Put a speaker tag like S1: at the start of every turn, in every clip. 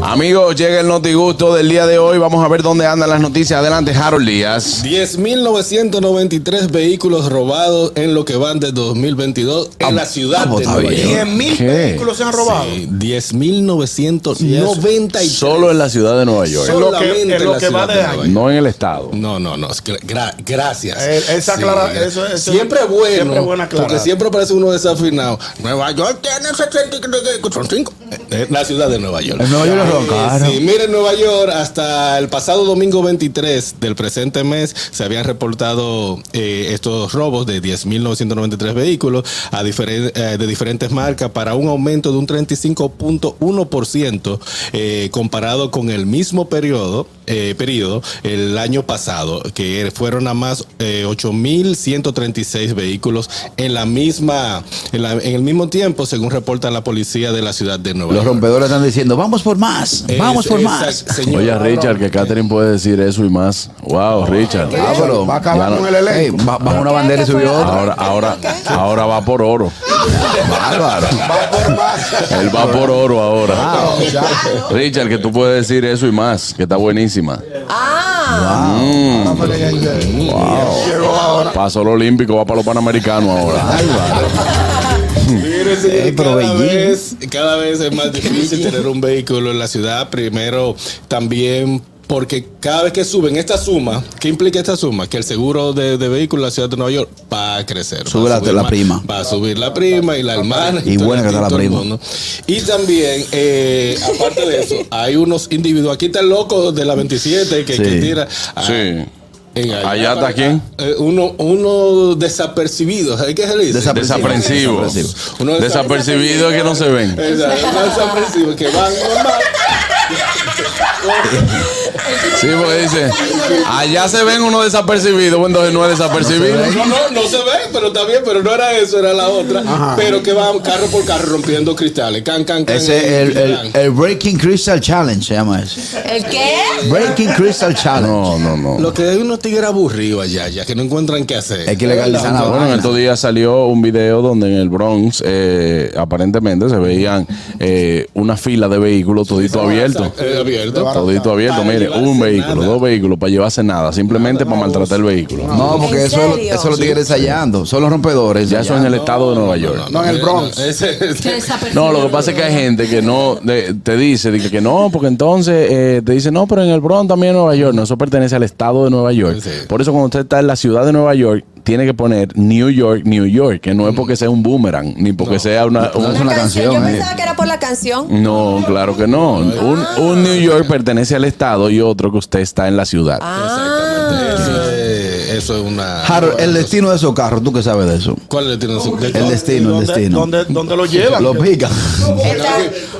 S1: Amigos, llega el notigusto del día de hoy. Vamos a ver dónde andan las noticias. Adelante, Harold Díaz.
S2: 10.993 vehículos robados en lo que van de 2022 en la ciudad
S1: vamos,
S2: de
S1: Oh, está
S2: Nueva
S1: bien.
S2: York.
S3: 10.000
S1: ¿Qué?
S3: vehículos se han robado.
S2: Sí, 10.993.
S1: Solo en la ciudad de Nueva York.
S3: Solo- en lo que-
S2: Solamente
S3: en lo
S2: la
S3: que va de
S2: ciudad Nueva
S3: año.
S2: York.
S1: No en el estado.
S2: No, no, no. es que- gra- gracias.
S3: Eh, esa aclara- eso- eso-
S2: siempre es bueno.
S3: siempre es bueno aclarar.
S2: porque siempre parece uno desafinado. Nueva York tiene 65. Son cinco. Eh, eh, La ciudad de Nueva York.
S4: En Nueva York
S2: Eh,
S4: es roncar.
S2: Sí, miren, Nueva York, hasta el pasado domingo 23 del presente mes se habían reportado eh, estos robos de 10.993 vehículos a diferen- eh, de diferentes marcas para un aumento de un 35.1% eh, comparado con el mismo periodo, eh, periodo el año pasado, que fueron a más eh, 8.136 vehículos en la misma en, la- en el mismo tiempo, según reporta la policía de la ciudad de Nueva
S4: Los
S2: York.
S4: rompedores están diciendo, vamos por más,
S2: Es-
S4: vamos por más.
S2: exact- señor.
S1: Oye, Richard, que Catherine puede decir eso y más. Wow, Richard.
S4: Ah, pero
S5: Va a acabar
S1: ya no-
S5: con el elenco.
S4: Ey, ba- baja una bandera y subió otra.
S1: Ahora, ahora, ahora va por oro. Bárbaro.
S5: Va por más.
S1: Él va por oro ahora.
S5: Ah, o sea,
S1: Richard, que tú puedes decir eso y más, que está buenísima. Mm.
S5: vamos a leer ahí. Llegó ahora.
S1: Pasó lo olímpico, va para los panamericanos ahora.
S2: Mire, señor,
S4: Eh, pero
S2: cada,
S4: Beijing.
S2: vez, cada vez es más difícil tener un vehículo en la ciudad. Primero, también porque cada vez que suben esta suma, ¿qué implica esta suma? Que el seguro de, de vehículo en la ciudad de Nueva York va a crecer. va
S4: Sube
S2: a
S4: la-
S2: subir
S4: la
S2: más,
S4: prima.
S2: Va a subir la prima y la hermana.
S4: Y
S2: todo
S4: buena que
S2: el-
S4: está la
S2: todo el
S4: prima.
S2: mundo. Y también, eh, aparte de eso, hay unos individuos. Aquí está el loco de la 27 que, que
S4: Sí.
S2: tira. Ah,
S1: Sí.
S2: en
S1: Allá está quién?
S2: Eh, uno, uno desapercibido. ¿Sabes qué se le dice?
S1: Desaprensivos.
S4: Desaprensivos.
S2: Uno
S1: Desapercibidos que no se ven.
S2: Exacto, más sorpresivo, que van normal.
S1: Sí, porque dice, allá se ven uno desapercibido, bueno, entonces no es desapercibido.
S2: No, no, no se ven, pero está bien, pero no era eso, era la otra. Pero que van carro por carro rompiendo cristales. Can, can, can.
S4: Ese es el,
S2: can.
S4: el- el Breaking Crystal Challenge, se llama ese.
S6: ¿El qué?
S4: Breaking Crystal Challenge.
S1: No, no, no.
S2: Lo que hay unos tigres aburridos allá, ya que no encuentran qué hacer.
S4: Hay que legalizar la
S1: Bueno, en
S4: vaina.
S1: estos días salió un video donde en el Bronx eh, aparentemente se veían eh, una fila de vehículos todito abierto.
S2: Eh, abierto.
S1: Todito abierto,
S2: Para
S1: mire,
S2: llevarse
S1: un vehículo,
S2: nada.
S1: dos vehículos para llevarse nada, simplemente para maltratar el vehículo.
S4: No, porque
S6: ¿En
S4: eso, es lo-
S6: serio?
S4: eso lo tienen ensayando. Son los rompedores.
S1: Ya eso en el estado de Nueva York.
S5: No, en el Bronx.
S2: Ese- ese-
S1: No, lo que pasa es que hay gente que no de- te dice de que, que no, porque entonces eh, te dice no, pero en el Bronx también en Nueva York. No, eso pertenece al estado de Nueva York.
S2: Sí.
S1: Por eso cuando usted está en la ciudad de Nueva York, tiene que poner New York, New York, que no es porque sea un boomerang, ni porque sea una, Mm.
S4: No,
S1: un-
S4: es una
S6: Yo
S4: canción, eh.
S6: pensaba que era por la canción.
S1: No, claro que no. Un, un New York pertenece al estado y otro que usted está en la ciudad.
S6: Ah.
S2: Exactamente. Eso es, eso es una.
S4: Harold, el destino de esos carros, tú que sabes de eso.
S2: ¿Cuál le tiene su
S4: El destino, el
S3: ¿Dónde,
S4: destino.
S3: dónde, dónde lo llevan?
S4: Lo pican.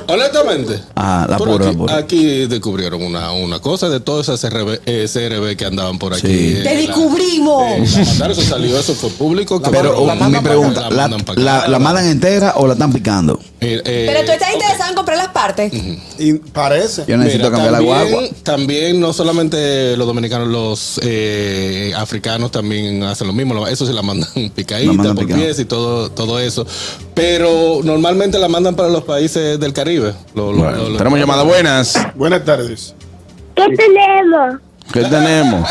S2: Honestamente.
S4: Ah, la
S2: Pero
S4: pura,
S2: aquí,
S4: la pura.
S2: aquí descubrieron una, una cosa de todas esas CRB, eh, CRB que andaban por aquí.
S4: Sí.
S2: Eh,
S6: ¡Te
S2: la- eh,
S6: descubrimos!
S2: la mandaron, eso salió, eso fue público. que
S4: Pero
S2: la
S4: uh, mi
S2: mandan para acá,
S4: pregunta, ¿la,
S2: mandan para
S4: la,
S2: acá.
S4: la mandan entera o la están picando?
S2: Eh, eh,
S6: Pero tú estás interesado en comprar las partes.
S5: Y parece.
S4: Yo necesito
S2: Mira,
S4: cambiar
S2: también,
S4: la guagua.
S2: También, no solamente los dominicanos, los eh, africanos también hacen lo mismo. Lo- Eso se la mandan picadita
S4: La mandan
S2: por
S4: picada.
S2: pies y todo, todo eso. Pero normalmente la mandan para los países del Caribe. Lo- lo- lo-
S1: Bueno,
S2: lo-
S1: tenemos llamadas buenas.
S5: Buenas tardes.
S7: ¿Qué tenemos?
S1: ¿Qué tenemos?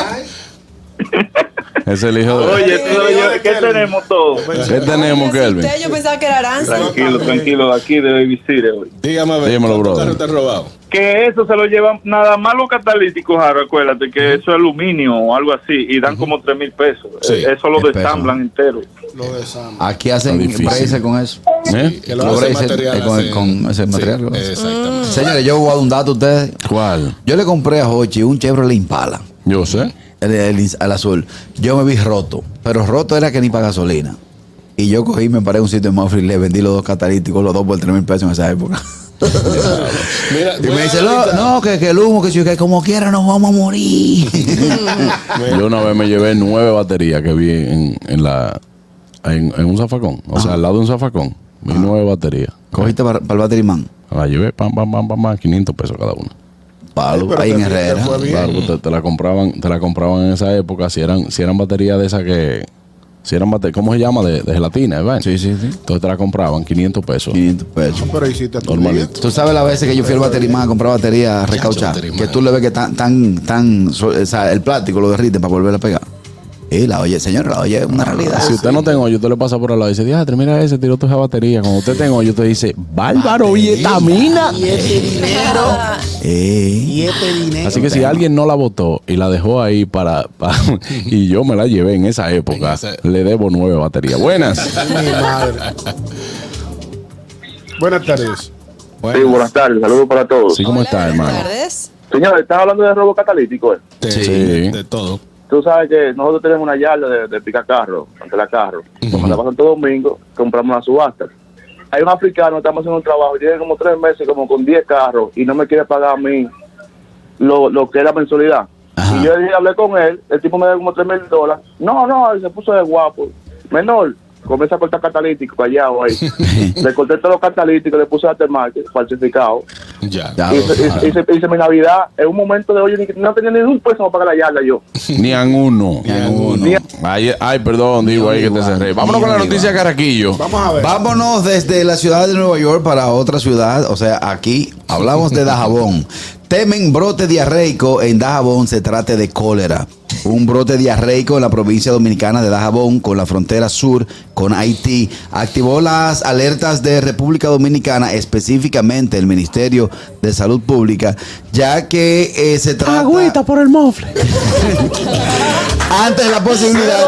S1: Es el hijo de...
S8: Oye, tú sabes yo, ¿qué tenemos todos?
S1: ¿Qué tenemos,
S6: Yo me
S1: Kelvin?
S6: asusté, Yo pensaba que era Aranza.
S8: Tranquilo, tranquilo, aquí de Baby City hoy.
S2: Dígame, a ver,
S1: Dímelo,
S2: ¿cuánto
S1: brother.
S2: carro te han robado?
S8: Que eso se lo llevan nada más los catalíticos, Jaro, acuérdate, que eso es aluminio o algo así, y dan como 3 mil pesos.
S2: Sí,
S8: Eh, eso lo
S4: es peso.
S8: desamblan entero.
S5: Lo de Sam.
S4: Aquí hacen
S1: Está difícil.
S4: braces con eso.
S1: ¿Eh?
S2: Que lo
S4: Lo
S2: hace
S4: braces,
S2: material
S4: eh, con-
S2: así.
S4: con ese
S2: Sí,
S4: material, lo hace.
S2: Exactamente.
S4: Señores, yo voy a dar un dato a ustedes.
S1: ¿Cuál?
S4: Yo le compré a Hochi un Chevrolet Impala,
S1: Yo sé.
S4: el, el- el azul. Yo me vi roto, pero roto era que ni para gasolina. Y yo cogí, me paré en un sitio en Mofri y le vendí los dos catalíticos, los dos por tres mil pesos en esa época.
S2: Mira,
S4: Y
S2: voy
S4: me
S2: a
S4: dice, "Lo-
S2: ahorita-
S4: no, que, que el humo, que si que como quiera nos vamos a morir.
S1: Yo una vez me llevé nueve baterías que vi en, en la
S4: Ah.
S1: en, en un zafacón, o sea, al lado de un zafacón, vi nueve baterías.
S4: Cogiste para, para el baterimán.
S1: La llevé, pam, pam, pam, pam, pam, 500 pesos cada uno.
S4: Palo,
S5: pero
S4: ahí en
S5: te- te
S4: Herrera.
S5: fue bien.
S1: Claro, pues te, te la compraban, te la compraban en esa época si eran, si eran baterías de esas que, si eran bate- ¿cómo se llama? De, de gelatina, ¿verdad?
S4: Sí, sí, sí.
S1: Entonces te la compraban 500 pesos.
S4: 500 pesos.
S5: Pero hiciste tu
S1: Normalito.
S4: Tú sabes las veces que yo fui al baterimán a comprar batería a recauchar.
S2: Baterimán.
S4: Que tú le ves que tan, tan, tan, so- o sea, el plástico lo derriten para volver a pegar. Y la oye, señor, la oye es una realidad.
S1: Si usted no tiene hoyo, usted le pasa por al lado y dice, diatre, mira ese, tiró toda esa batería. Cuando usted tenga hoyo, usted dice, bárbaro, vietamina.
S3: Y este dinero.
S4: Eh,
S3: Y este dinero.
S1: Así que si alguien no la votó y la dejó ahí para, pa- y yo me la llevé en esa época,
S2: En esa-
S1: le debo nueve baterías. Buenas.
S5: Mi madre. Buenas tardes.
S8: Sí, buenas tardes, saludos para todos.
S1: Sí, ¿cómo
S6: Hola,
S1: está,
S6: buenas
S1: hermano?
S6: tardes.
S8: Señores, estás hablando de robo catalítico. eh.
S2: De,
S1: Sí.
S2: este, de todo.
S8: Tú sabes que nosotros tenemos una yarda de, de picar carro, ante la carro. Cuando pasan todo domingo, compramos una subasta. Hay un africano, estamos haciendo un trabajo, y tiene como tres meses, como con 10 carros, y no me quiere pagar a mí lo, lo que era mensualidad. Y yo dije, hablé con él, el tipo me dio como 3 mil dólares. No, no, él se puso de guapo. Menor, comienza a cortar catalítico callado ahí. le corté todos los catalíticos, le puse aftermarket, falsificado.
S2: Ya.
S4: ya,
S8: Y hice,
S4: claro.
S8: hice- hice- hice mi Navidad en un momento de hoy, ni- no tenía ni un peso para pagar la yarda yo.
S1: Ni a uno.
S4: Ni a uno.
S1: Ay, ay, perdón, digo ahí que te cerré. Vámonos con la noticia de Caraquillo.
S5: Vamos a ver.
S4: Vámonos desde la ciudad de Nueva York para otra ciudad, o sea, aquí hablamos de Dajabón. Temen brote diarreico en Dajabón, se trate de cólera. Un brote diarreico en la provincia dominicana de Dajabón, con la frontera sur con Haití, activó las alertas de República Dominicana, específicamente el Ministerio de Salud Pública, ya que eh, se trata
S1: por el mofle.
S6: pues.
S4: antes de la posibilidad.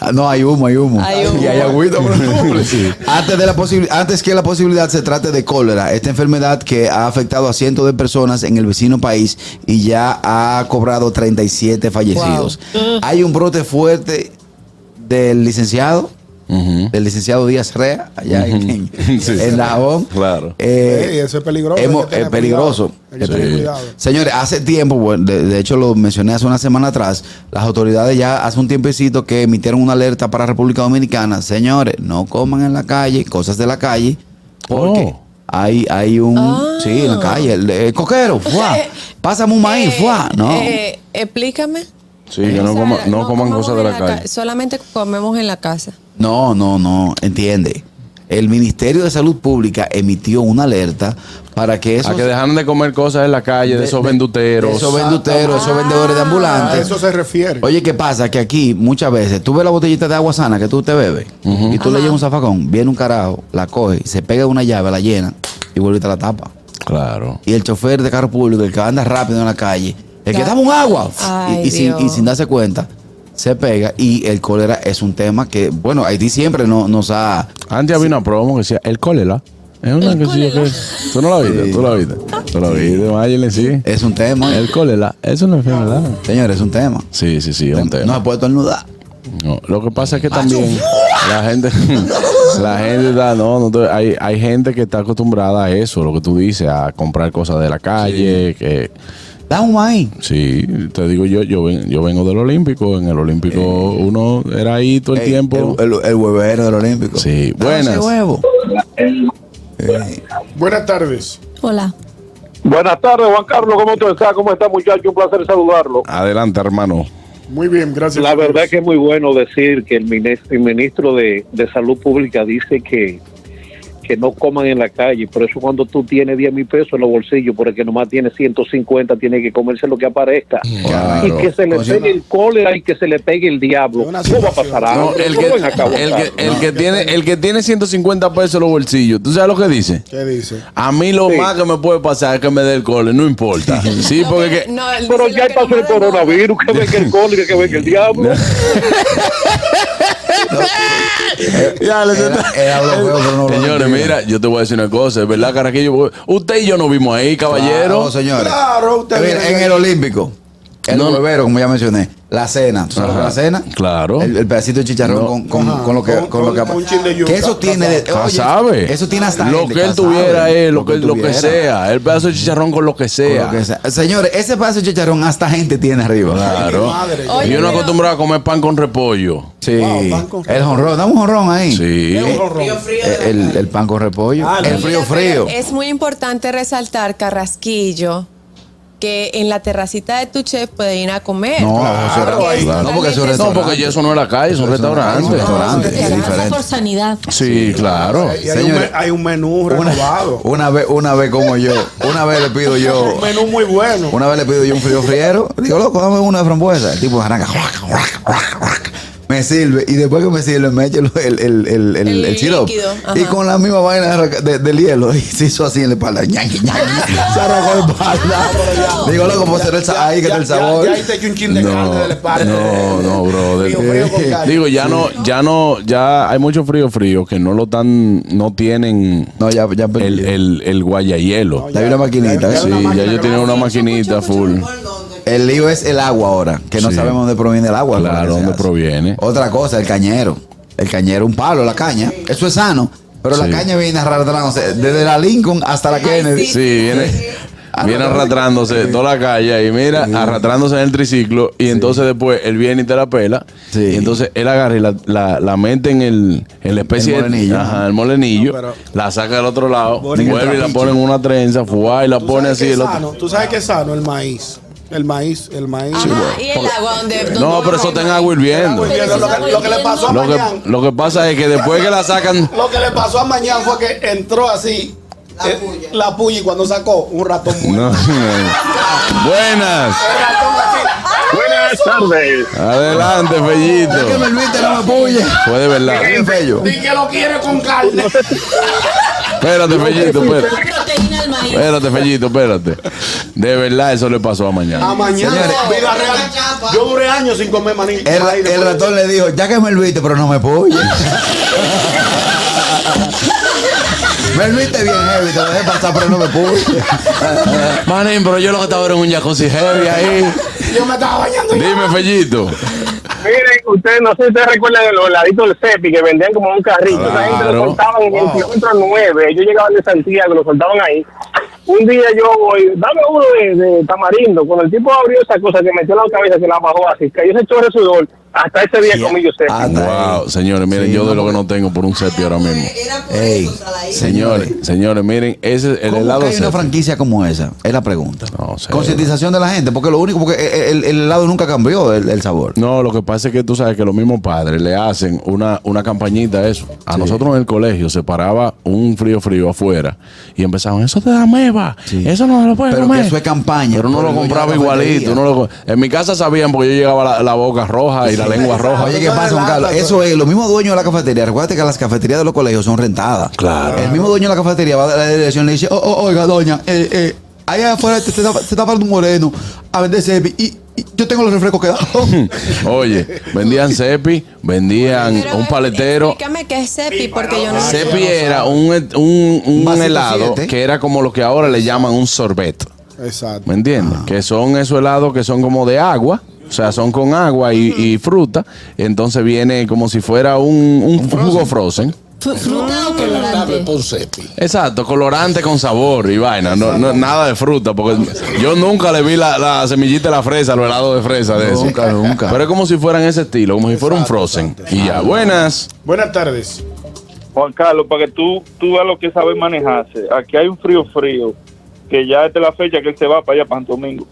S4: Ah, No, hay humo, hay humo.
S6: Hay humo.
S4: Y hay agüita por el doble. Antes, de la posibili- antes que la posibilidad se trate de cólera, esta enfermedad que ha afectado a cientos de personas en el vecino país y ya ha cobrado 37 fallecidos. Hay un brote fuerte del licenciado, del licenciado Díaz Rea, allá en, en,
S1: Sí.
S4: en Dajabón.
S1: Claro.
S4: Eh,
S5: Ey, eso es peligroso.
S4: Hemos-
S5: hay que tener
S4: es peligroso.
S5: cuidado, hay que
S4: Es
S5: tener
S4: peligroso.
S5: cuidado.
S4: Señores, hace tiempo, bueno, de, de hecho lo mencioné hace una semana atrás, las autoridades ya hace un tiempecito que emitieron una alerta para República Dominicana. Señores, no coman en la calle, cosas de la calle, porque
S1: Oh.
S4: hay, hay un...
S6: Ah.
S4: Sí, en la calle, el, el coquero, fuá, pásame un maíz,
S6: Eh,
S4: fuá, no.
S6: eh, explícame.
S1: Sí, que
S6: O
S1: no,
S6: sea,
S1: coma- no coman
S6: comamos
S1: cosas de
S6: en
S1: la calle.
S6: ca- Solamente comemos en la casa.
S4: No, no, no, entiende. El Ministerio de Salud Pública emitió una alerta para que esos...
S1: A que dejaron de comer cosas en la calle, de, esos venduteros.
S4: de esos venduteros,
S6: Ah.
S4: esos vendedores de ambulantes.
S5: A Ah, eso se refiere.
S4: Oye, ¿qué pasa? Que aquí muchas veces tú ves la botellita de agua sana que tú te bebes y tú le llevas un zafacón, viene un carajo, la coge, se pega una llave, la llena y vuelve y te la tapa.
S1: Claro.
S4: Y el chofer de carro público, el que anda rápido en la calle, el que
S6: Ya.
S4: dame un agua
S6: Ay,
S4: y, y sin,
S6: Dios.
S4: y sin darse cuenta, se pega y el cólera es un tema que, bueno, Haití siempre no, nos ha...
S1: Antes había una promo que decía el cólera. Es una que sí, que Tú no la viste, tú la viste. Tú la viste, Mayerle, sí.
S4: Es un tema.
S1: El cólera, es una enfermedad.
S4: Señores, es un tema.
S1: Sí, sí, sí, es un
S4: No
S1: tema.
S4: se puede tornudar.
S1: No, lo que pasa es que también la gente, la gente da, no, no te- hay, hay gente que está acostumbrada a eso, lo que tú dices, a comprar cosas de la calle, que
S4: Dame un maíz.
S1: sí, te digo yo, yo, ven- yo vengo del Olímpico, en el Olímpico uno era ahí todo el
S4: Ey,
S1: tiempo.
S4: El, el, el huevero del Olímpico.
S1: Sí,
S4: Dame ese
S1: buenas.
S4: huevo.
S5: Buenas tardes.
S6: Hola.
S8: Buenas tardes, Juan Carlos. ¿Cómo tú estás? ¿Cómo estás, muchacho? Un placer saludarlo.
S1: Adelante, hermano.
S5: Muy bien, gracias.
S9: La verdad es que es muy bueno decir que el ministro, el ministro de, de Salud Pública dice que, que no coman en la calle. Por eso cuando tú tienes 10 mil pesos en los bolsillos, por el que nomás tiene 150, tiene que comerse lo que aparezca.
S1: Claro.
S9: Y que se le
S4: Pues yo
S9: pegue
S4: no-
S9: el cólera y que se le pegue el diablo.
S5: Es una
S9: ¿Cómo va a
S5: situación.
S9: pasar
S4: Ah,
S9: algo?
S1: No, el
S9: ¿Cómo
S1: que,
S9: ven acá a
S1: el
S9: votar?
S1: que, el que tiene, el que tiene 150 pesos en los bolsillos, ¿tú sabes lo que dice?
S5: ¿Qué dice?
S1: A mí lo
S9: Sí.
S1: más que me puede pasar es que me dé el cole, no importa. Sí,
S6: Lo
S1: porque
S6: que-
S1: que-
S6: no, él
S9: Pero
S6: dice
S9: ya
S6: lo que
S9: pasó
S6: no
S9: el
S6: me demora.
S9: coronavirus, que venga el cólera, que venga el diablo.
S1: Ya, le-
S4: Era- era lo veo, pero no lo
S1: Señores,
S4: veo.
S1: mira, yo te voy a decir una cosa, es verdad, Caraquillo. Usted y yo nos vimos ahí, caballero.
S4: Claro, señores.
S5: Claro, usted
S4: En-
S5: viene
S4: en
S5: de-
S4: el Olímpico. El
S1: No.
S4: huevero, como ya mencioné. La cena. ¿Tú sabes lo que
S1: Ajá.
S4: es la cena?
S1: Claro.
S4: El, el pedacito de chicharrón con, con- con lo que. Con, lo que
S5: un chin de yuca.
S4: que eso tiene. de-
S1: Ah,
S4: oye,
S1: sabe.
S4: Eso tiene hasta.
S1: Lo
S4: gente,
S1: que él
S4: ah,
S1: tuviera
S4: sabe,
S1: es lo que, lo que
S4: tuviera.
S1: sea. El pedazo de chicharrón con lo
S4: Con
S1: que
S4: lo
S1: sea.
S4: que sea. Señores, ese pedazo de chicharrón hasta gente tiene arriba.
S1: Claro.
S5: Madre, yo-
S6: Oye,
S1: Yo no
S6: pero-
S1: acostumbrado a comer pan con repollo.
S4: Sí.
S5: Wow, pan con
S4: el jonrón. Dame un jonrón ahí. Eh,
S1: Sí.
S5: Es un honrón.
S4: El, el pan con repollo.
S5: Ah,
S4: el
S5: no.
S4: frío
S6: Mira, pero
S4: frío.
S6: Es muy importante resaltar, Carrasquillo, que en la terracita de tu chef puede ir a comer.
S4: No, eso era-
S6: Porque es
S4: claro. No, porque eso es
S6: totalmente-
S1: No, porque
S4: Restaurante.
S1: ya eso no es la calle, es un
S4: Eso no es la calle, es
S1: restaurante.
S4: un restaurante.
S10: Te
S4: es
S10: lanza por
S4: diferente.
S10: sanidad.
S1: Sí, claro.
S5: Y hay, un,
S4: Señores.
S5: me- hay un menú
S4: Una,
S5: renovado.
S4: una vez, una vez como yo, una vez le pido yo,
S5: Un menú muy bueno.
S4: una vez le pido yo un frío friero, digo, loco, dame una de frambuesa. El tipo arranca, me sirve, y después que me sirve, me echa el, el, el, el, el,
S6: El
S4: el sirope.
S6: líquido, ajá.
S4: Y con la misma vaina de arranca- de- del hielo, y se hizo así en la espalda, ñaqui, ñaqui, se arrancó la espalda. Digo, loco, pues será el sa- ahí que está el sabor.
S5: Ya, ya, te eché un chin de carne de la espalda.
S1: No, no,
S5: Frío, frío con
S1: brother. Eh,
S5: carne.
S1: Digo, ya no, ya no, ya hay mucho frío frío que no lo dan, no tienen
S4: No, ya, ya perdí.
S1: el, el, el guayahielo.
S4: Ya vi la maquinita.
S5: Ya
S4: ¿eh?
S5: vi
S1: Sí,
S5: una
S1: ya
S5: máquina
S1: yo
S5: que
S1: tenía
S5: lo
S1: una
S5: hace.
S1: maquinita full.
S4: El lío es el agua ahora, que no
S1: Sí.
S4: sabemos dónde proviene el agua.
S1: Claro,
S4: ¿verdad?
S1: dónde
S4: Se hace.
S1: proviene.
S4: Otra cosa, el cañero. El cañero, un palo, la caña. Eso es sano. Pero
S1: Sí.
S4: la caña viene arrastrándose desde la Lincoln hasta la Kennedy.
S1: Sí, viene,
S5: Ah,
S1: viene arrastrándose toda la calle y mira, arrastrándose en el triciclo y entonces después él viene y te la pela.
S4: Sí.
S1: Y entonces él agarra y la, la- la mete en el, en la especie
S4: El molenillo.
S1: de ajá, el molenillo,
S5: No, pero-
S1: la saca del otro lado,
S5: Bonnie
S1: vuelve y la
S5: Trapiche.
S1: pone en una trenza, fuá y la
S5: Tú
S1: pone
S5: sabes
S1: así.
S5: que
S1: el
S5: es
S1: otro-
S5: sano, Tú sabes que es sano el maíz. El maíz, el maíz.
S6: Ajá, Ah, y el agua donde...
S1: No, pero eso está en agua hirviendo.
S5: Muy bien, lo, lo que, lo que le pasó a
S1: Lo que,
S5: Mañán,
S1: lo que pasa es que después que la sacan,
S5: lo que le pasó a Mañán fue que entró así eh, la puya y cuando sacó un ratón
S1: No,
S5: muerto.
S1: no. Buenas.
S5: Un ratón así.
S8: Buenas tardes.
S1: Adelante,
S4: Que me
S1: Fellito.
S4: olvide, no me apoye.
S1: Fue de verdad.
S4: Bien bello.
S5: Ni que lo quiere con carne.
S1: Espérate, Fellito, espérate.
S10: La proteína al maíz.
S1: Espérate, Fellito, espérate. De verdad, eso le pasó a mañana.
S5: A Mañán,
S4: Señores.
S5: vida real. Yo duré años sin comer maní.
S4: El,
S5: maíz de
S4: el
S5: pollo.
S4: ratón le dijo, ya que me olvide, pero no me apoye. me olvide bien, heavy, te lo dejé pasar, pero no me apoye.
S1: Manín, pero yo lo que estaba era en un jacuzzi heavy ahí.
S5: Yo me estaba bañando. y-
S1: Dime, Fellito.
S8: Miren, ustedes no sé si ustedes recuerdan de los laditos del CEPI que vendían como un carrito. La gente
S1: Claro.
S8: lo soltaban en el kilómetro 9. Ellos llegaban de Santiago, lo soltaban ahí. Un día yo voy, dame uno de, de tamarindo. Cuando el tipo abrió esa cosa que metió en la cabeza, se la bajó así, cayó ese chorro de sudor. Hasta ese día comí yo CEPI.
S4: Ah,
S1: Wow, señores, miren,
S4: Sí,
S1: yo de
S4: no, pues.
S1: lo que no tengo por un sepio ahora mismo.
S4: Ey,
S1: Señores, señores, miren, ese es el
S4: ¿Cómo
S1: helado
S4: que hay una
S1: sepi.
S4: franquicia como esa? Es la pregunta.
S1: No sé.
S4: Concientización de la gente, porque lo único, porque e, el, el- el helado nunca cambió el, el sabor.
S1: No, lo que pasa es que tú sabes que los mismos padres le hacen una, una campañita a eso. A nosotros en el colegio se paraba un frío frío afuera y empezaban, eso te da meba, eso no lo puedes
S4: Pero
S1: comer.
S4: que eso es campaña.
S1: Pero uno
S4: Pero
S1: lo
S4: yo
S1: compraba
S4: llegaba a la
S1: igualito. uno lo co- en mi casa sabían porque yo llegaba la, la boca roja y la lengua roja.
S4: Oye, ¿qué pasa, Juan Carlos? Eso es, lo mismo dueño de la cafetería. Recuerda que las cafeterías de los colegios son rentadas. Claro. El mismo dueño de la cafetería va a la dirección y le dice, "O- o- oiga, doña, eh, eh, allá afuera te- se está, se está parando un moreno a vender cepi y, y yo tengo los refrescos
S1: Hmm.
S4: quedados.
S1: Oye, vendían cepi, vendían
S6: Pero
S1: un paletero.
S6: Explícame qué es cepi, porque yo no sé.
S1: Cepi era un, un- un
S4: Ah, Un vasito
S1: helado
S4: siete.
S1: que era como lo que ahora le llaman un sorbet.
S5: Exacto.
S1: ¿Me entiendes? Que son esos helados que son como de agua. O sea, son con agua y, y fruta. Entonces viene como si fuera un, un jugo frozen.
S10: Fru- Fruta o
S2: Dame
S10: colorante.
S2: por cepi.
S1: Exacto, colorante con sabor y vaina. No, no, nada de fruta, porque yo nunca le vi la, la semillita de la fresa, los helados de fresa de eso.
S4: Nunca, nunca.
S1: Pero es como si fueran ese estilo, como si fuera un frozen. Y ya, buenas.
S5: Buenas tardes.
S8: Juan Carlos, para que tú, tú veas lo que sabes manejarse. Aquí hay un frío frío, que ya esta es la fecha que él se va para allá, para Santo Domingo.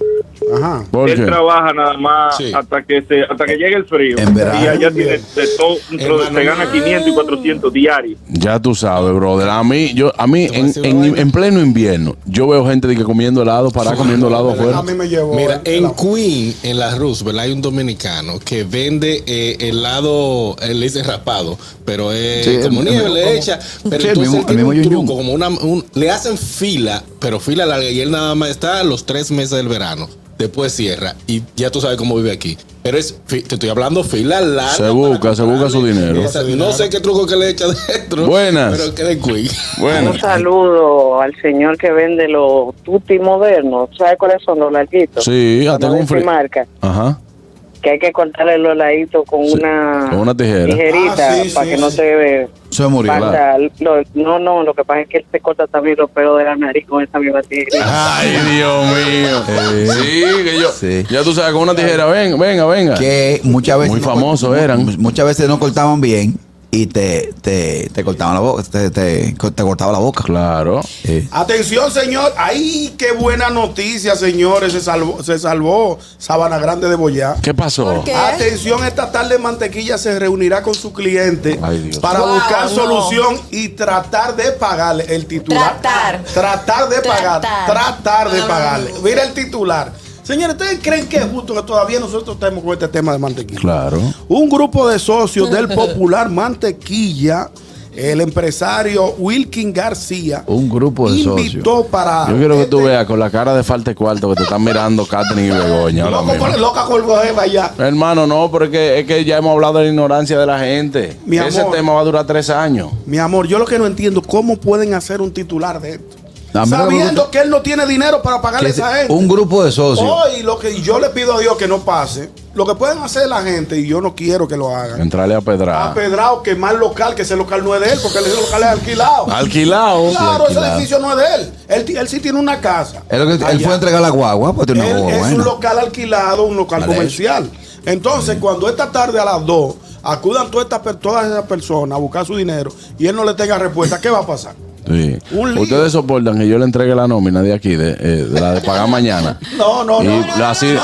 S5: Ajá.
S1: ¿Por
S8: Él
S1: qué?
S8: trabaja nada más
S2: Sí.
S8: hasta que se, hasta que llegue el frío.
S4: En verano.
S8: Y allá tiene de todo,
S2: Hermano
S8: se gana 500 y 400 diarios.
S1: Ya tú sabes, brother. A mí, yo, a mí
S2: voy a
S1: en,
S2: decir una
S1: en-
S2: vaina.
S1: en pleno invierno, yo veo gente de que comiendo helado, para comiendo helado afuera.
S5: A mí me llevó.
S2: Mira,
S5: el-
S2: en Queen, en la Roosevelt, hay un dominicano que vende eh, helado, eh, le dicen rapado, pero es
S4: Sí,
S2: como
S4: el-
S2: nieve,
S4: el-
S2: le
S4: como-
S2: echa. Pero
S4: Sí, el
S2: entonces
S4: mismo-
S2: él
S4: el
S2: tiene
S4: mismo
S2: un
S4: yun-yun.
S2: truco, como una, un- le hacen fila, pero fila larga, y él nada más está a los tres meses del verano. después cierra y ya tú sabes cómo vive aquí. Pero es, fi- te estoy hablando fila larga.
S1: Se busca, se busca su dinero.
S2: Esa- no sé qué truco que le echa dentro.
S1: Buenas.
S2: Pero que de quick.
S1: Buenas.
S11: Un saludo al señor que vende los tutti modernos. ¿Sabe cuáles son los larguitos?
S1: Sí, ah, hasta
S11: No
S1: con
S11: decir
S1: fri-
S11: marca.
S1: Ajá.
S11: Que hay que cortarle los laditos con una,
S1: con una tijera.
S11: tijerita
S1: Ah, sí,
S11: para
S1: sí,
S11: que no
S1: sí.
S11: se
S4: Eso es morir.
S11: pasa. Lo- no, no, lo que pasa es que él se corta también los pelos de la nariz con esa misma tijerita.
S1: Ay, Dios mío. Eh, Sí, que yo. Ya tú sabes, con una tijera, ven, venga, venga.
S4: Que muchas veces.
S1: Muy
S4: no cort-
S1: famosos
S4: mu-
S1: eran.
S4: mu- Muchas veces no cortaban bien y te, te, te cortaban la boca. Te, te, te cortaba la boca.
S1: Claro.
S5: Atención, señor. Ay, qué buena noticia, señores. Se salvó, se salvó Sabana Grande de Boyá.
S1: ¿Qué pasó?
S5: Atención, esta tarde Mantequilla se reunirá con su cliente
S1: Ay, Dios.
S5: para
S1: Wow,
S5: buscar
S1: no.
S5: solución y tratar de pagarle el titular.
S10: Tratar.
S5: Tratar de pagar.
S10: Tratar.
S5: Tratar de
S10: Ah.
S5: pagarle. Mira el titular. Señores, ¿ustedes creen que es justo que todavía nosotros estemos con este tema de mantequilla?
S1: Claro.
S5: Un grupo de socios del popular Mantequilla, el empresario Wilkin García,
S1: Un grupo de socios.
S5: invitó para. este,
S1: Yo quiero que tú veas con la cara de falta de cuarto que te están mirando Catherine y Begoña ahora
S5: Loco,
S1: mismo.
S5: con- loca con Gojeva ya.
S1: Hermano, no, porque es que ya hemos hablado de la ignorancia de la gente.
S5: Mi
S1: Ese
S5: amor.
S1: tema va a durar tres años.
S5: Mi amor, yo lo que no entiendo, ¿cómo pueden hacer un titular de esto?
S4: A mí no me
S5: Sabiendo
S4: gusta-
S5: que él no tiene dinero para pagarle a esa gente.
S4: Un grupo de socios.
S5: Hoy lo que yo le pido a Dios que no pase, lo que pueden hacer la gente, y yo no quiero que lo hagan,
S1: Entrarle a
S5: a
S4: Ah.
S1: Pedra.
S5: Pedrao quemar local, que ese local no es de él, porque ese local es alquilado.
S1: Alquilado.
S5: Claro,
S1: Sí, alquilado.
S5: ese edificio no es de él. Él, ti- él sí tiene una casa.
S4: Es lo que- él fue a entregar la guagua, pues tiene una
S5: Ah, Él
S4: guagua
S5: es
S4: buena.
S5: un local alquilado, un local
S4: Vale.
S5: comercial. Entonces, cuando esta tarde a las 2 acudan todas, estas, per- todas esas personas a buscar su dinero y él no le tenga respuesta, ¿qué va a pasar?
S1: Sí.
S5: Un lío.
S1: Ustedes soportan que yo le entregue la nómina de aquí, de, eh, de la de pagar mañana.
S5: No, no,
S1: Y
S5: no.
S1: así,
S5: no.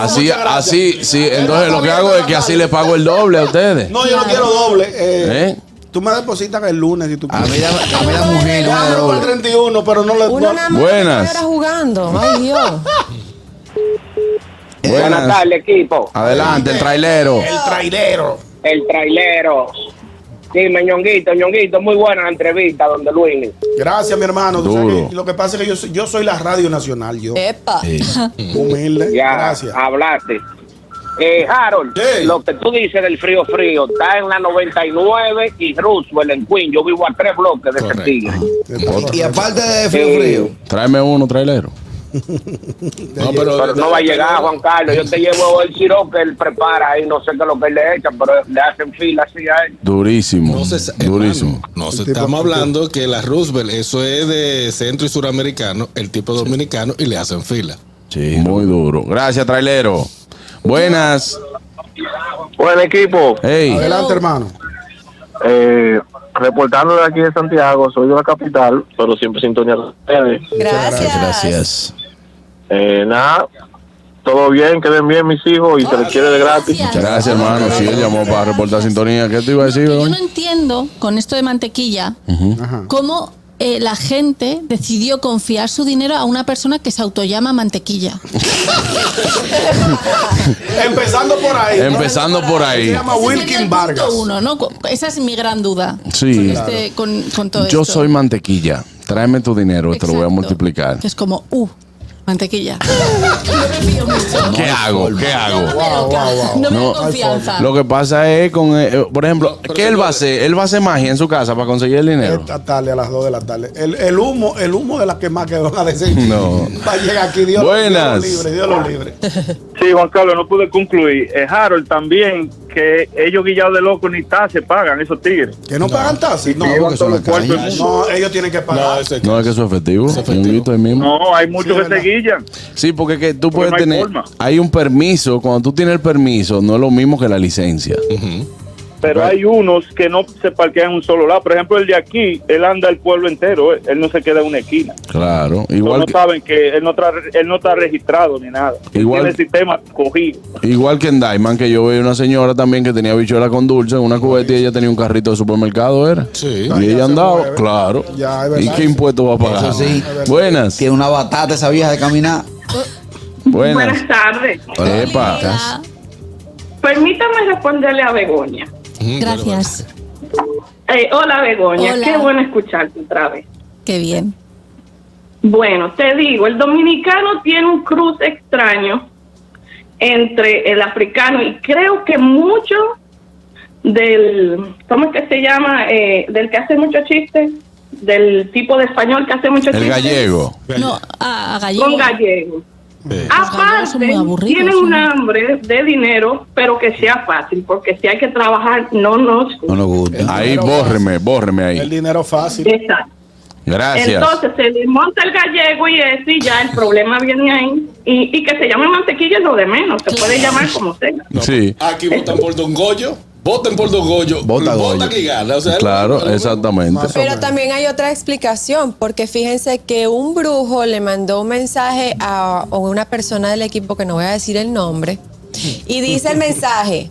S1: así,
S5: Muchas gracias.
S1: así, sí. Entonces lo que hago es que así le pago el doble a ustedes.
S5: No, yo no quiero doble. eh,
S1: ¿Eh?
S5: Tú me depositas el lunes si tú quieres.
S4: A mí la mujer no me da
S5: Dámelo para el
S4: doble.
S5: 31, pero no le
S6: Uno
S5: no-
S6: nada más
S1: Buenas.
S6: ahora jugando. Ay, Dios.
S1: Buenas.
S11: tardes, equipo.
S1: Adelante, el trailero.
S5: El trailero.
S11: El trailero. Dime, ñonguito, ñonguito, muy buena la entrevista, donde Luis.
S5: Gracias, mi hermano. Tú sabes
S1: Duro.
S5: que lo que pasa es que yo soy, yo soy la Radio Nacional, yo.
S6: Epa.
S5: Humilde.
S11: Ya
S5: Gracias.
S8: Ah.
S11: hablaste. Eh, Harold, lo que tú dices del frío frío está en la 99 y Roosevelt en Queen. Yo vivo a tres bloques de ese tigre.
S4: Y, y aparte de frío, frío.
S1: Tráeme uno, trailero.
S11: No, pero, no va a llegar, Juan Carlos. Yo te llevo el siro que él prepara ahí. No sé qué es lo que le echan, pero le hacen fila así a él.
S1: Durísimo. Durísimo.
S2: Nos estamos hablando que la Roosevelt, eso es de centro y suramericano, el tipo dominicano, y le hacen fila.
S1: Sí, muy duro. Gracias, trailero. Buenas.
S8: Buen equipo.
S1: Hey.
S5: Adelante, hermano.
S8: Eh, reportando de aquí de Santiago, soy de la capital, pero siempre sintonía con ustedes.
S6: Gracias.
S4: Gracias.
S8: Eh, nada, todo bien, queden bien mis hijos y se les quiere de gratis.
S1: Muchas gracias, hermano. Sí, él llamó para reportar sintonía. ¿Qué te iba a decir,
S10: Yo no
S1: Begoña?
S10: entiendo con esto de mantequilla
S1: Ujú.
S10: cómo eh, la gente decidió confiar su dinero a una persona que se autollama mantequilla.
S5: Empezando por ahí.
S1: Empezando por ahí.
S5: Se llama
S10: Ese sería el
S5: Wilkin
S10: punto
S5: Vargas.
S10: uno, ¿no? Co- Esa es mi gran duda.
S1: Sí.
S10: Con, este- con- con todo
S1: Yo
S10: esto.
S1: soy mantequilla. Tráeme tu dinero y te lo voy a
S10: Exacto.
S1: multiplicar.
S10: Que es como, uh, mantequilla. No me fío mucho.
S1: ¿Qué hago? ¿Qué hago?
S10: No me da
S1: No,
S10: confianza.
S1: Lo que pasa es con, eh, eh, por ejemplo, ¿qué él va a hacer? Él va a hacer magia en su casa para conseguir el dinero.
S5: Esta tarde a las 2 de la tarde. El, el humo, el humo de las que más que van a decir.
S1: No.
S5: Va a llegar aquí, Dios,
S1: Buenas.
S5: Dios lo libre, Dios lo libre.
S12: Sí, Juan Carlos, no pude concluir. Eh, Harold también, que ellos guillados de locos ni tal se pagan esos tigres.
S5: Que no, pagan taxis. No,
S12: porque
S5: llevan
S12: son
S5: todos
S12: las
S5: los
S12: calles.
S5: cuerpos. no, ellos tienen que pagar.
S1: No, es que eso es efectivo. Ñonguito, ahí mismo.
S12: No, hay muchos que se guillan.
S1: Sí, porque es que tú
S12: Porque
S1: puedes
S12: no hay
S1: tener.
S12: forma.
S1: Hay un permiso. Cuando tú tienes el permiso, no es lo mismo que la licencia.
S12: Pero hay unos que no se parquean en un solo lado. Por ejemplo, el de aquí, él anda el pueblo entero. eh. Él no se queda en una esquina.
S1: Claro.
S12: Ellos
S1: Igual
S12: no
S1: que,
S12: saben que él no, tra- él no está registrado ni nada. Él
S1: Igual-
S12: Tiene el sistema cogido.
S1: igual que en Daiman, que yo veía una señora también que tenía bichuela con dulce en una cubeta y ella tenía un carrito de supermercado, ¿era?
S2: Sí.
S1: Y ella andaba, claro.
S5: Ya, es
S1: ¿Y
S5: verdad.
S1: qué impuesto va a pagar?
S4: Eso sí.
S1: Buenas.
S4: Tiene una batata esa vieja de caminar.
S1: Buenas.
S13: tardes.
S1: Epa.
S13: Permítame responderle a Begoña.
S10: Gracias.
S13: Eh, hola Begoña,
S10: Hola.
S13: qué bueno escucharte otra vez.
S10: Qué bien.
S13: Bueno, te digo, el dominicano tiene un cruz extraño entre el africano y creo que mucho del, ¿cómo es que se llama? Eh, del que hace mucho chiste, del tipo de español que hace mucho chiste.
S1: El gallego.
S10: No, a, a gallego.
S13: Con gallego.
S1: Eh,
S10: gallegos son muy
S13: Aparte,
S6: pues
S10: aburridos,
S13: tienen
S10: ¿no?
S13: un hambre de dinero, pero que sea fácil, porque si hay que trabajar, no nos...
S1: No nos gusta. Ahí, bórreme, bórreme ahí.
S5: El dinero fácil.
S13: Exacto.
S1: Gracias.
S13: Entonces se desmonta el gallego y ese y ya el problema viene ahí. Y, y que se llame mantequilla es lo de menos, se puede llamar como sea.
S1: sí.
S2: Aquí votan por Don Goyo, voten por Don Goyo,
S1: Vota
S2: votan
S1: Goyo.
S2: que gana. O sea,
S1: Claro, exactamente.
S6: Pero también hay otra explicación, porque fíjense que un brujo le mandó un mensaje a a una persona del equipo que no voy a decir el nombre, y dice el mensaje,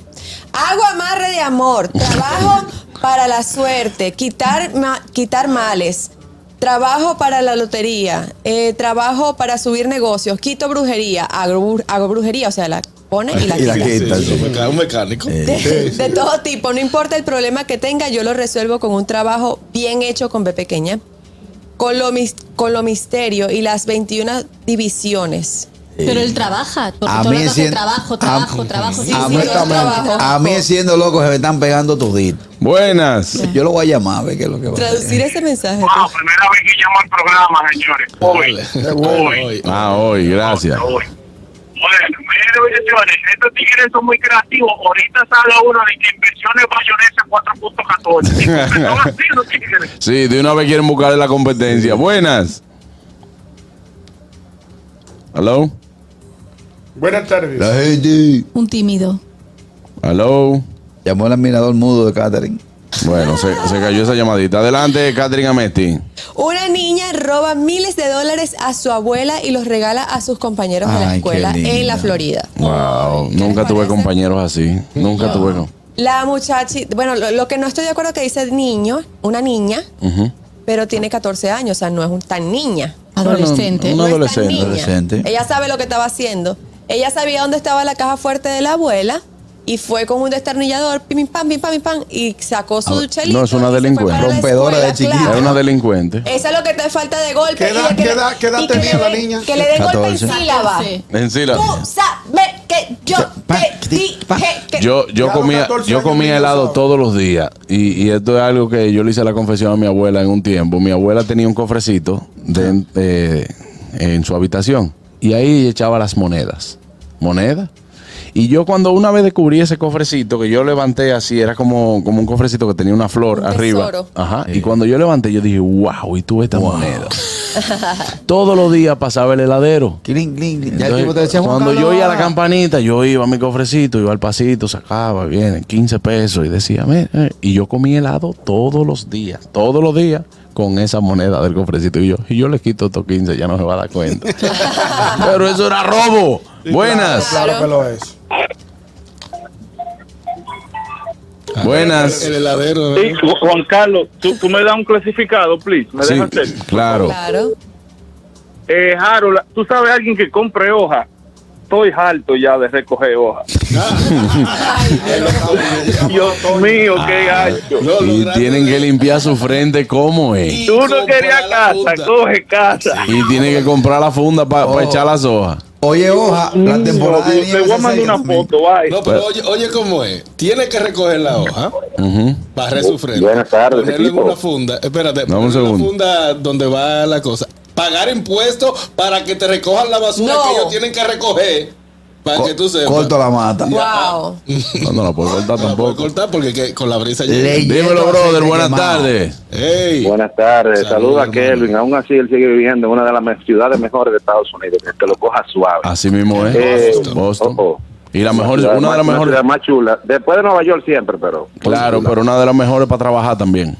S6: hago amarre de amor, trabajo para la suerte, quitar, ma- quitar males. Trabajo para la lotería, eh, trabajo para subir negocios, quito brujería, hago, bru- hago brujería, o sea, la pone y la
S2: Y
S6: quita.
S2: la quita, sí, un meca- un mecánico.
S1: Eh.
S6: De, de todo tipo, no importa el problema que tenga, yo lo resuelvo con un trabajo bien hecho con B pequeña, con lo, mis- con lo misterio y las 21 divisiones.
S10: Pero él trabaja, porque
S4: A
S10: todo
S4: mí
S10: el rato
S4: sien-
S10: hace trabajo, trabajo, trabajo. Sí,
S4: a, mí,
S10: sí, yo trabajo.
S4: a mí siendo loco se me están pegando toditos.
S1: Buenas.
S4: Yo lo voy a llamar a ver qué es lo que va a hacer.
S6: Traducir ese mensaje.
S14: Ah, Primera vez que llamo al programa, señores. Hoy. Hoy.
S1: Ah, hoy, gracias.
S14: Bueno, miren, bendiciones. Estos tigres son muy creativos. Ahorita sale uno de que inversiones bayonesa 4.14. Son así los tigres.
S1: Sí, de una vez quieren buscarle la competencia. Buenas. Hello.
S5: Buenas tardes.
S4: La gente.
S10: Un tímido.
S1: Hello.
S4: Llamó el admirador mudo de Catherine.
S1: Bueno, se, se cayó esa llamadita. Adelante, Catherine Amesti.
S6: Una niña roba miles de dólares a su abuela y los regala a sus compañeros de
S1: Ay,
S6: la
S1: qué
S6: escuela en la
S1: linda.
S6: Florida.
S1: Wow, nunca tuve compañeros así. Nunca tuve. com-
S6: La muchacha, bueno, lo, lo que no estoy de acuerdo que dice niño, una niña,
S1: Ujú.
S6: pero tiene 14 años, o sea, no es un tan niña.
S10: Adolescente.
S1: Bueno, un
S6: Este No es tan
S1: adolescente.
S6: niña. Ella sabe lo que estaba haciendo. Ella sabía dónde estaba la caja fuerte de la abuela y fue con un destornillador, pim, pam, pim, pam, pim, pam, y sacó su chelito.
S1: Ah, No, es una delincuente.
S6: para la
S4: Rompedora de
S6: escuela,
S4: chiquita.
S1: Es una delincuente.
S6: Eso es lo que te falta de golpe.
S5: ¿Qué
S6: y de
S5: edad-
S6: que
S5: qué
S6: le-
S5: edad- qué edad
S6: y que
S5: tenía
S6: le
S5: la
S6: den-
S5: niña?
S6: Que le den golpe en
S1: 14.
S6: sílaba.
S1: En sí, la-
S6: Tú sabes que yo te dije que...
S1: Yo, yo
S6: Ya a los
S1: comía,
S6: 14
S1: yo
S6: años
S1: comía
S6: niño
S1: helado
S6: sabe.
S1: todos los días. Y, y esto es algo que yo le hice la confesión a mi abuela en un tiempo. Mi abuela tenía un cofrecito
S6: Ah.
S1: de- eh, en su habitación. Y ahí echaba las monedas. ¿Monedas? Y yo cuando una vez descubrí ese cofrecito, que yo levanté así, era como, como un cofrecito que tenía una flor arriba.
S6: tesoro.
S1: Ajá. Y cuando yo levanté, yo dije, wow, y tuve esta moneda. Todos los días pasaba el heladero.
S4: Ya el
S1: Entonces,
S4: tipo te decía, Juan
S1: cuando yo
S4: Carlos,
S1: iba a la
S4: ahora.
S1: campanita, yo iba a mi cofrecito, iba al pasito, sacaba, bien, 15 pesos y decía, "Mira, eh", y yo comí helado todos los días, todos los días con esa moneda del cofrecito. Y yo, y yo le quito estos 15, ya no se va a dar cuenta. Pero eso era robo. Buenas.
S5: Claro, claro que lo es.
S1: Buenas.
S12: Ah, El heladero. Juan Carlos, tú, tú me das un clasificado, please. ¿Me
S1: Sí,
S12: dejas hacer?
S1: claro.
S6: Claro.
S12: Eh, Harold, tú sabes alguien que compre hoja. Estoy harto ya de recoger hoja. Ah, Dios mío, qué gacho.
S1: Y tienen que limpiar su frente como es.
S12: Tú no querías casa, coge casa.
S1: Y tienen que comprar la funda para
S4: Oh.
S1: echar las hojas.
S4: Oye, hoja, la temporada de
S12: Te voy a mandar una foto, bye.
S2: No, pero oye, oye cómo es. Tiene que recoger la hoja,
S1: Ujú.
S2: barrer su frente.
S1: Buenas tardes,
S2: Ponerlo en
S1: equipo.
S2: una funda. Espérate,
S1: Dame un
S2: ponerlo en una
S1: segundo.
S2: funda donde va la cosa. Pagar impuestos para que te recojan la basura
S6: No.
S2: que ellos tienen que recoger. Para que tú sepas.
S4: Corto la mata.
S6: Wow.
S1: No, no la puedo cortar tampoco.
S2: Voy a cortar porque que- con la brisa
S1: Leyendo Dímelo, brother, buenas tardes.
S8: Buenas tardes, saluda a Kelvin. Aún así, él sigue viviendo en una de las me- ciudades mejores de Estados Unidos. Que te lo coja suave.
S1: Así mismo es.
S8: Eh,
S1: Boston. Y la mejor,
S8: ciudad
S1: una
S8: más-
S1: de las mejores.
S8: ciudad más chula. Después de Nueva York siempre, pero.
S1: Claro, pero una de las mejores para trabajar también.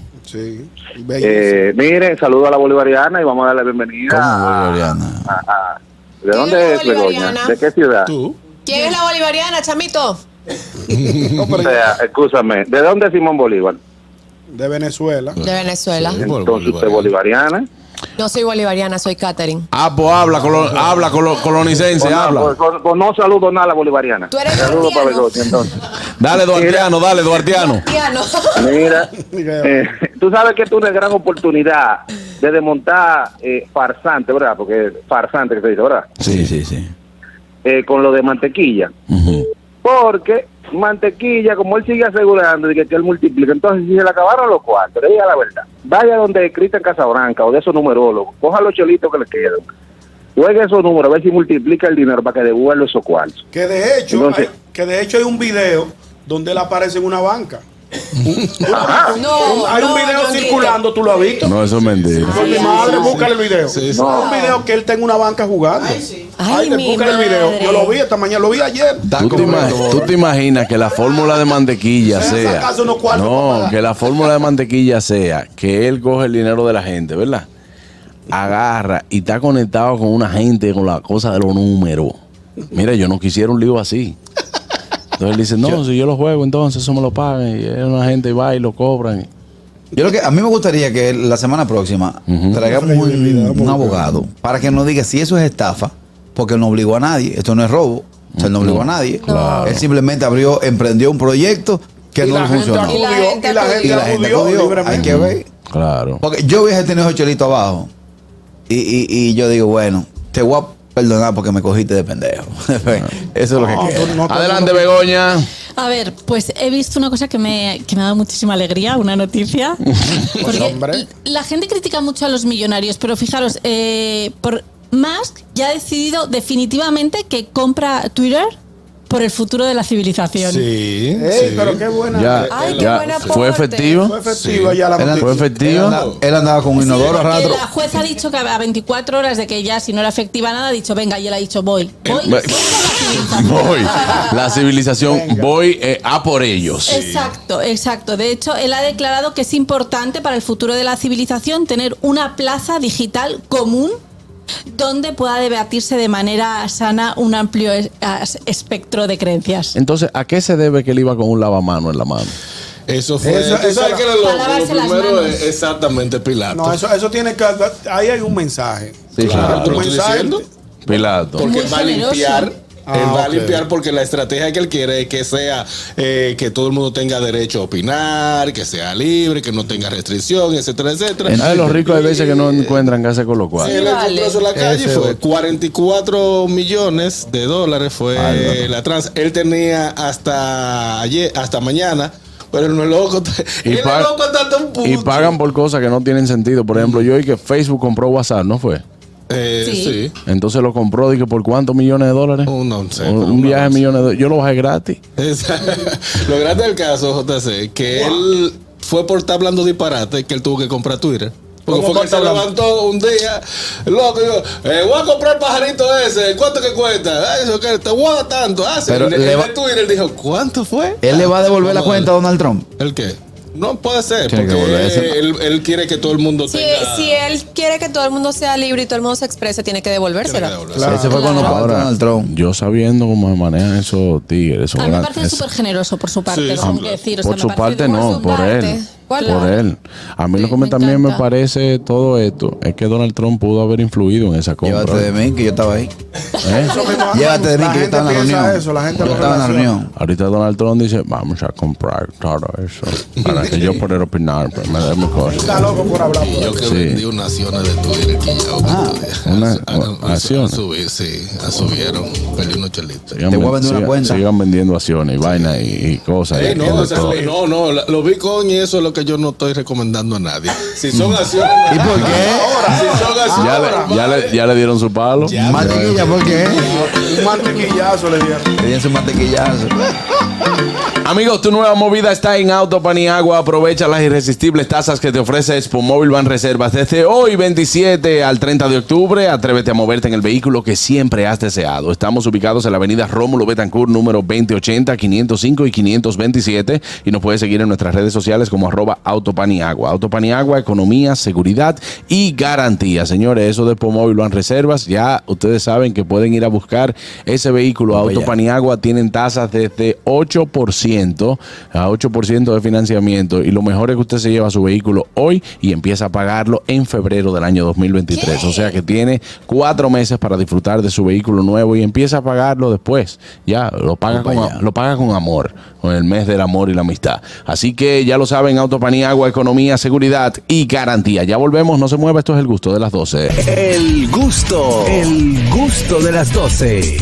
S8: Eh, miren, saludo a la bolivariana y vamos a darle la bienvenida. a- a- ¿De dónde es Begoña?
S6: bolivariana?
S8: ¿De qué ciudad?
S6: ¿Quién es la bolivariana, chamito?
S8: o sea, escúchame, ¿de dónde es Simón Bolívar?
S5: De Venezuela.
S1: Eh.
S6: De Venezuela.
S8: Entonces usted es bolivariana.
S6: No soy bolivariana, soy Catherine.
S1: Ah, pues habla, colo- habla colo- colonicense,
S8: pues,
S1: habla.
S11: Con no saludo nada a la bolivariana.
S6: Tú eres
S11: Saludo para Begoña, entonces.
S1: Dale, Duartiano, dale, Duartiano.
S11: Mira, eh, tú sabes que esto es una gran oportunidad de desmontar eh, farsante, ¿verdad? Porque farsante que se dice, ¿verdad?
S4: Sí, sí, sí.
S11: Eh, con lo de mantequilla. Porque mantequilla, como él sigue asegurando de que, que él multiplica, entonces si se le acabaron los cuartos, le diga la verdad. Vaya donde Cristian Casabranca o de esos numerólogos, coja los cholitos que le quedan. Juegue esos números, a ver si multiplica el dinero para que devuelva esos cuartos.
S5: Que de hecho,
S11: Entonces-
S5: hay, que de hecho hay un video donde él aparece en una banca.
S11: Ajá.
S5: Un- hay un video circulando, tú lo has visto.
S1: No, eso es mentira.
S5: Con mi madre, búscale el video.
S11: No.
S5: Un video que él está en una banca jugando. Ay, te-
S6: mi
S5: búscale el video.
S6: madre.
S5: Yo lo vi esta mañana, lo vi ayer.
S1: ¿Tú te, ima- tú te imaginas que la fórmula de mantequilla sea.
S5: sacas unos cuartos para
S1: No,
S5: pagar.
S1: que la fórmula de mantequilla sea que él coge el dinero de la gente, ¿verdad? Agarra y está conectado con una gente con la cosa de los números. Mira, yo no quisiera un lío así. Entonces él dice, no, si yo lo juego, entonces eso me lo pagan. Y es una gente y va y lo cobran.
S4: Yo lo que a mí me gustaría que la semana próxima traigamos un, un abogado para que nos diga si eso es estafa, porque no obligó a nadie. Esto no es robo, o sea, él no obligó a nadie. Él simplemente abrió, emprendió un proyecto que
S5: Y
S4: no
S5: la
S4: le
S5: gente
S4: funcionó.
S5: acudió, y la gente
S4: Y la gente
S5: acudió
S4: acudió. Hay
S5: libremente.
S4: que ver.
S1: Claro.
S4: Porque yo hubiese tenido ese chelito abajo y, y- y yo digo, bueno, te voy a perdonar porque me cogiste de pendejo. eso es lo que queda.
S1: Adelante, Begoña.
S10: A ver, pues he visto una cosa que me, que me ha dado muchísima alegría, una noticia.
S6: Pues,
S10: Porque
S5: hombre.
S10: la gente critica mucho a los millonarios, pero fijaros, eh, por Musk ya ha decidido definitivamente que compra Twitter por el futuro de la civilización.
S2: Sí.
S5: Ey,
S2: sí.
S5: pero qué buena.
S1: Ya,
S10: Ay, qué
S1: ya.
S10: buen aporte.
S1: ¿Fue efectivo?
S5: Fue efectiva ya la
S1: Él and-
S5: noticia.
S1: ¿Fue efectivo?
S4: Él andaba con un inodoro
S10: Porque
S4: rato.
S10: la jueza ha dicho que a 24 horas de que ya, si no era efectiva nada, ha dicho, venga, y él ha dicho, voy. Voy.
S1: Voy. La civilización, voy eh, a por ellos.
S10: Exacto, exacto. De hecho, él ha declarado que es importante para el futuro de la civilización tener una plaza digital común donde pueda debatirse de manera sana un amplio es- as- espectro de creencias.
S1: Entonces, ¿a qué se debe que él iba con un lavamano en la mano?
S2: Eso fue.
S5: Esa-
S2: tú
S5: esa
S2: sabes
S5: la-
S2: que era lo-
S5: Para
S2: lo
S5: lavarse las
S2: primero
S5: manos.
S2: es exactamente Pilato.
S5: No, eso, eso tiene que. Ahí hay un mensaje.
S1: Sí, claro.
S5: Un
S2: Lo estoy
S5: mensaje.
S2: diciendo.
S1: Pilato.
S2: Porque
S5: Muy
S2: va a
S5: generoso.
S2: limpiar.
S5: Ah,
S2: él va a
S5: ok.
S2: limpiar porque la estrategia que él quiere es que sea eh, que todo el mundo tenga derecho a opinar, que sea libre, que no tenga restricción, etcétera, etcétera.
S1: Entonces, los ricos hay veces que no encuentran qué hacer con los
S2: Sí,
S1: cuales.
S2: él encontró eso en la calle
S1: Ese
S2: fue
S1: otro.
S2: 44 millones de dólares fue
S1: Bárbaro.
S2: la trans. Él tenía hasta ayer, hasta mañana, pero él no es loco.
S1: Y
S2: él es
S1: pa-
S2: loco hasta un punto.
S1: Y pagan por cosas que no tienen sentido. Por ejemplo, yo y que Facebook compró WhatsApp, ¿no fue?
S2: Eh, sí.
S1: Entonces lo compró, dije, ¿por cuántos millones de dólares? Un, un viaje de millones de dólares. Yo lo bajé gratis.
S2: Esa- Lo grande del caso, JC, que él fue por estar hablando disparate que él tuvo que comprar Twitter. Porque
S5: ¿Cómo
S2: fue que él
S5: por
S2: se
S5: estar
S2: levantó un día, loco, y dijo, "Eh, voy a comprar el pajarito ese, ¿cuánto que cuesta? "Ah, Eso que te guarda tanto. Ah, sí.
S4: Pero
S2: en el-
S4: le
S2: en
S4: va-
S2: el Twitter él dijo, ¿cuánto fue? Ah,
S4: Él le va a devolver la
S2: Vamos
S4: cuenta a Donald Trump.
S2: ¿El qué? No puede ser,
S4: Tiene que
S2: porque
S4: devolverse.
S2: él, él quiere que todo el mundo
S6: Si,
S2: tenga.
S6: si él quiere que todo el mundo sea libre y todo el mundo se exprese, tiene que devolvérsela.
S1: Ese fue cuando ahora, Yo sabiendo cómo se manejan esos tigres, esos
S10: A mí me
S1: grandes-
S10: parece súper generoso por su parte,
S1: Sí,
S10: lo
S1: sí.
S10: tengo que decir. o sea,
S1: por
S10: me
S1: su
S10: parece-
S1: parte no, por
S10: parte.
S1: él.
S10: ¿Cuál?
S1: Por él. A mí lo que me- también me parece todo esto es que Donald Trump pudo haber influido en esa compra.
S4: Llévate de mí, que yo estaba ahí.
S1: ¿Eh?
S4: Llévate de mí, que yo estaba en la
S5: piensa
S4: reunión.
S5: eso, la Ah, gente
S4: yo
S5: lo
S4: estaba en la
S5: relaciona.
S4: reunión.
S1: Ahorita Donald Trump dice, vamos a comprar todo eso para que yo poder opinar, pero me dé mi cosa.
S5: Está loco por hablar.
S2: Yo que
S1: Sí.
S2: vendí unas acciones de Twitter que
S4: Ah,
S2: ya
S1: Una
S2: a
S1: acción.
S2: subir, sí, a subieron, perdí unos chelitos.
S1: Sigan,
S4: Te voy a vender una
S1: sigan-
S4: cuenta.
S1: sigan vendiendo acciones y vainas y, y cosas. y-
S2: Ey,
S1: y de
S2: no, o sea,
S1: todo.
S2: no, no, la- los bitcoin y eso es lo que yo no estoy recomendando a nadie. Si son acciones.
S4: ¿Y por qué?
S2: Ahora, si son acciones.
S1: ya, le, ya, le, ya le dieron su palo.
S4: Mantequilla, ¿por qué?
S5: Un mantequillazo le dieron.
S4: Le dieron su mantequillazo.
S1: Amigos, tu nueva movida está en Auto Paniagua. Aprovecha las irresistibles tasas que te ofrece Móvil Van Reservas. Desde hoy, 27 al 30 de octubre, atrévete a moverte en el vehículo que siempre has deseado. Estamos ubicados en la avenida Rómulo Betancourt, número 2080, 505 y 527. Y nos puedes seguir en nuestras redes sociales como arroba Auto Paniagua. Auto Paniagua, economía, seguridad y garantía. Señores, eso de Móvil Van Reservas, ya ustedes saben que pueden pueden ir a buscar ese vehículo. Auto Paniagua tienen tasas desde 8% a 8% de financiamiento. Y lo mejor es que usted se lleva su vehículo hoy y empieza a pagarlo en febrero del año 2023. O sea que tiene cuatro meses para disfrutar de su vehículo nuevo y empieza a pagarlo después. Ya lo paga, con, a- lo paga con amor, con el mes del amor y la amistad. Así que ya lo saben, Auto Paniagua, economía, seguridad y garantía. Ya volvemos, no se mueva, esto es el gusto de las 12.
S15: El gusto, el gusto de las 12.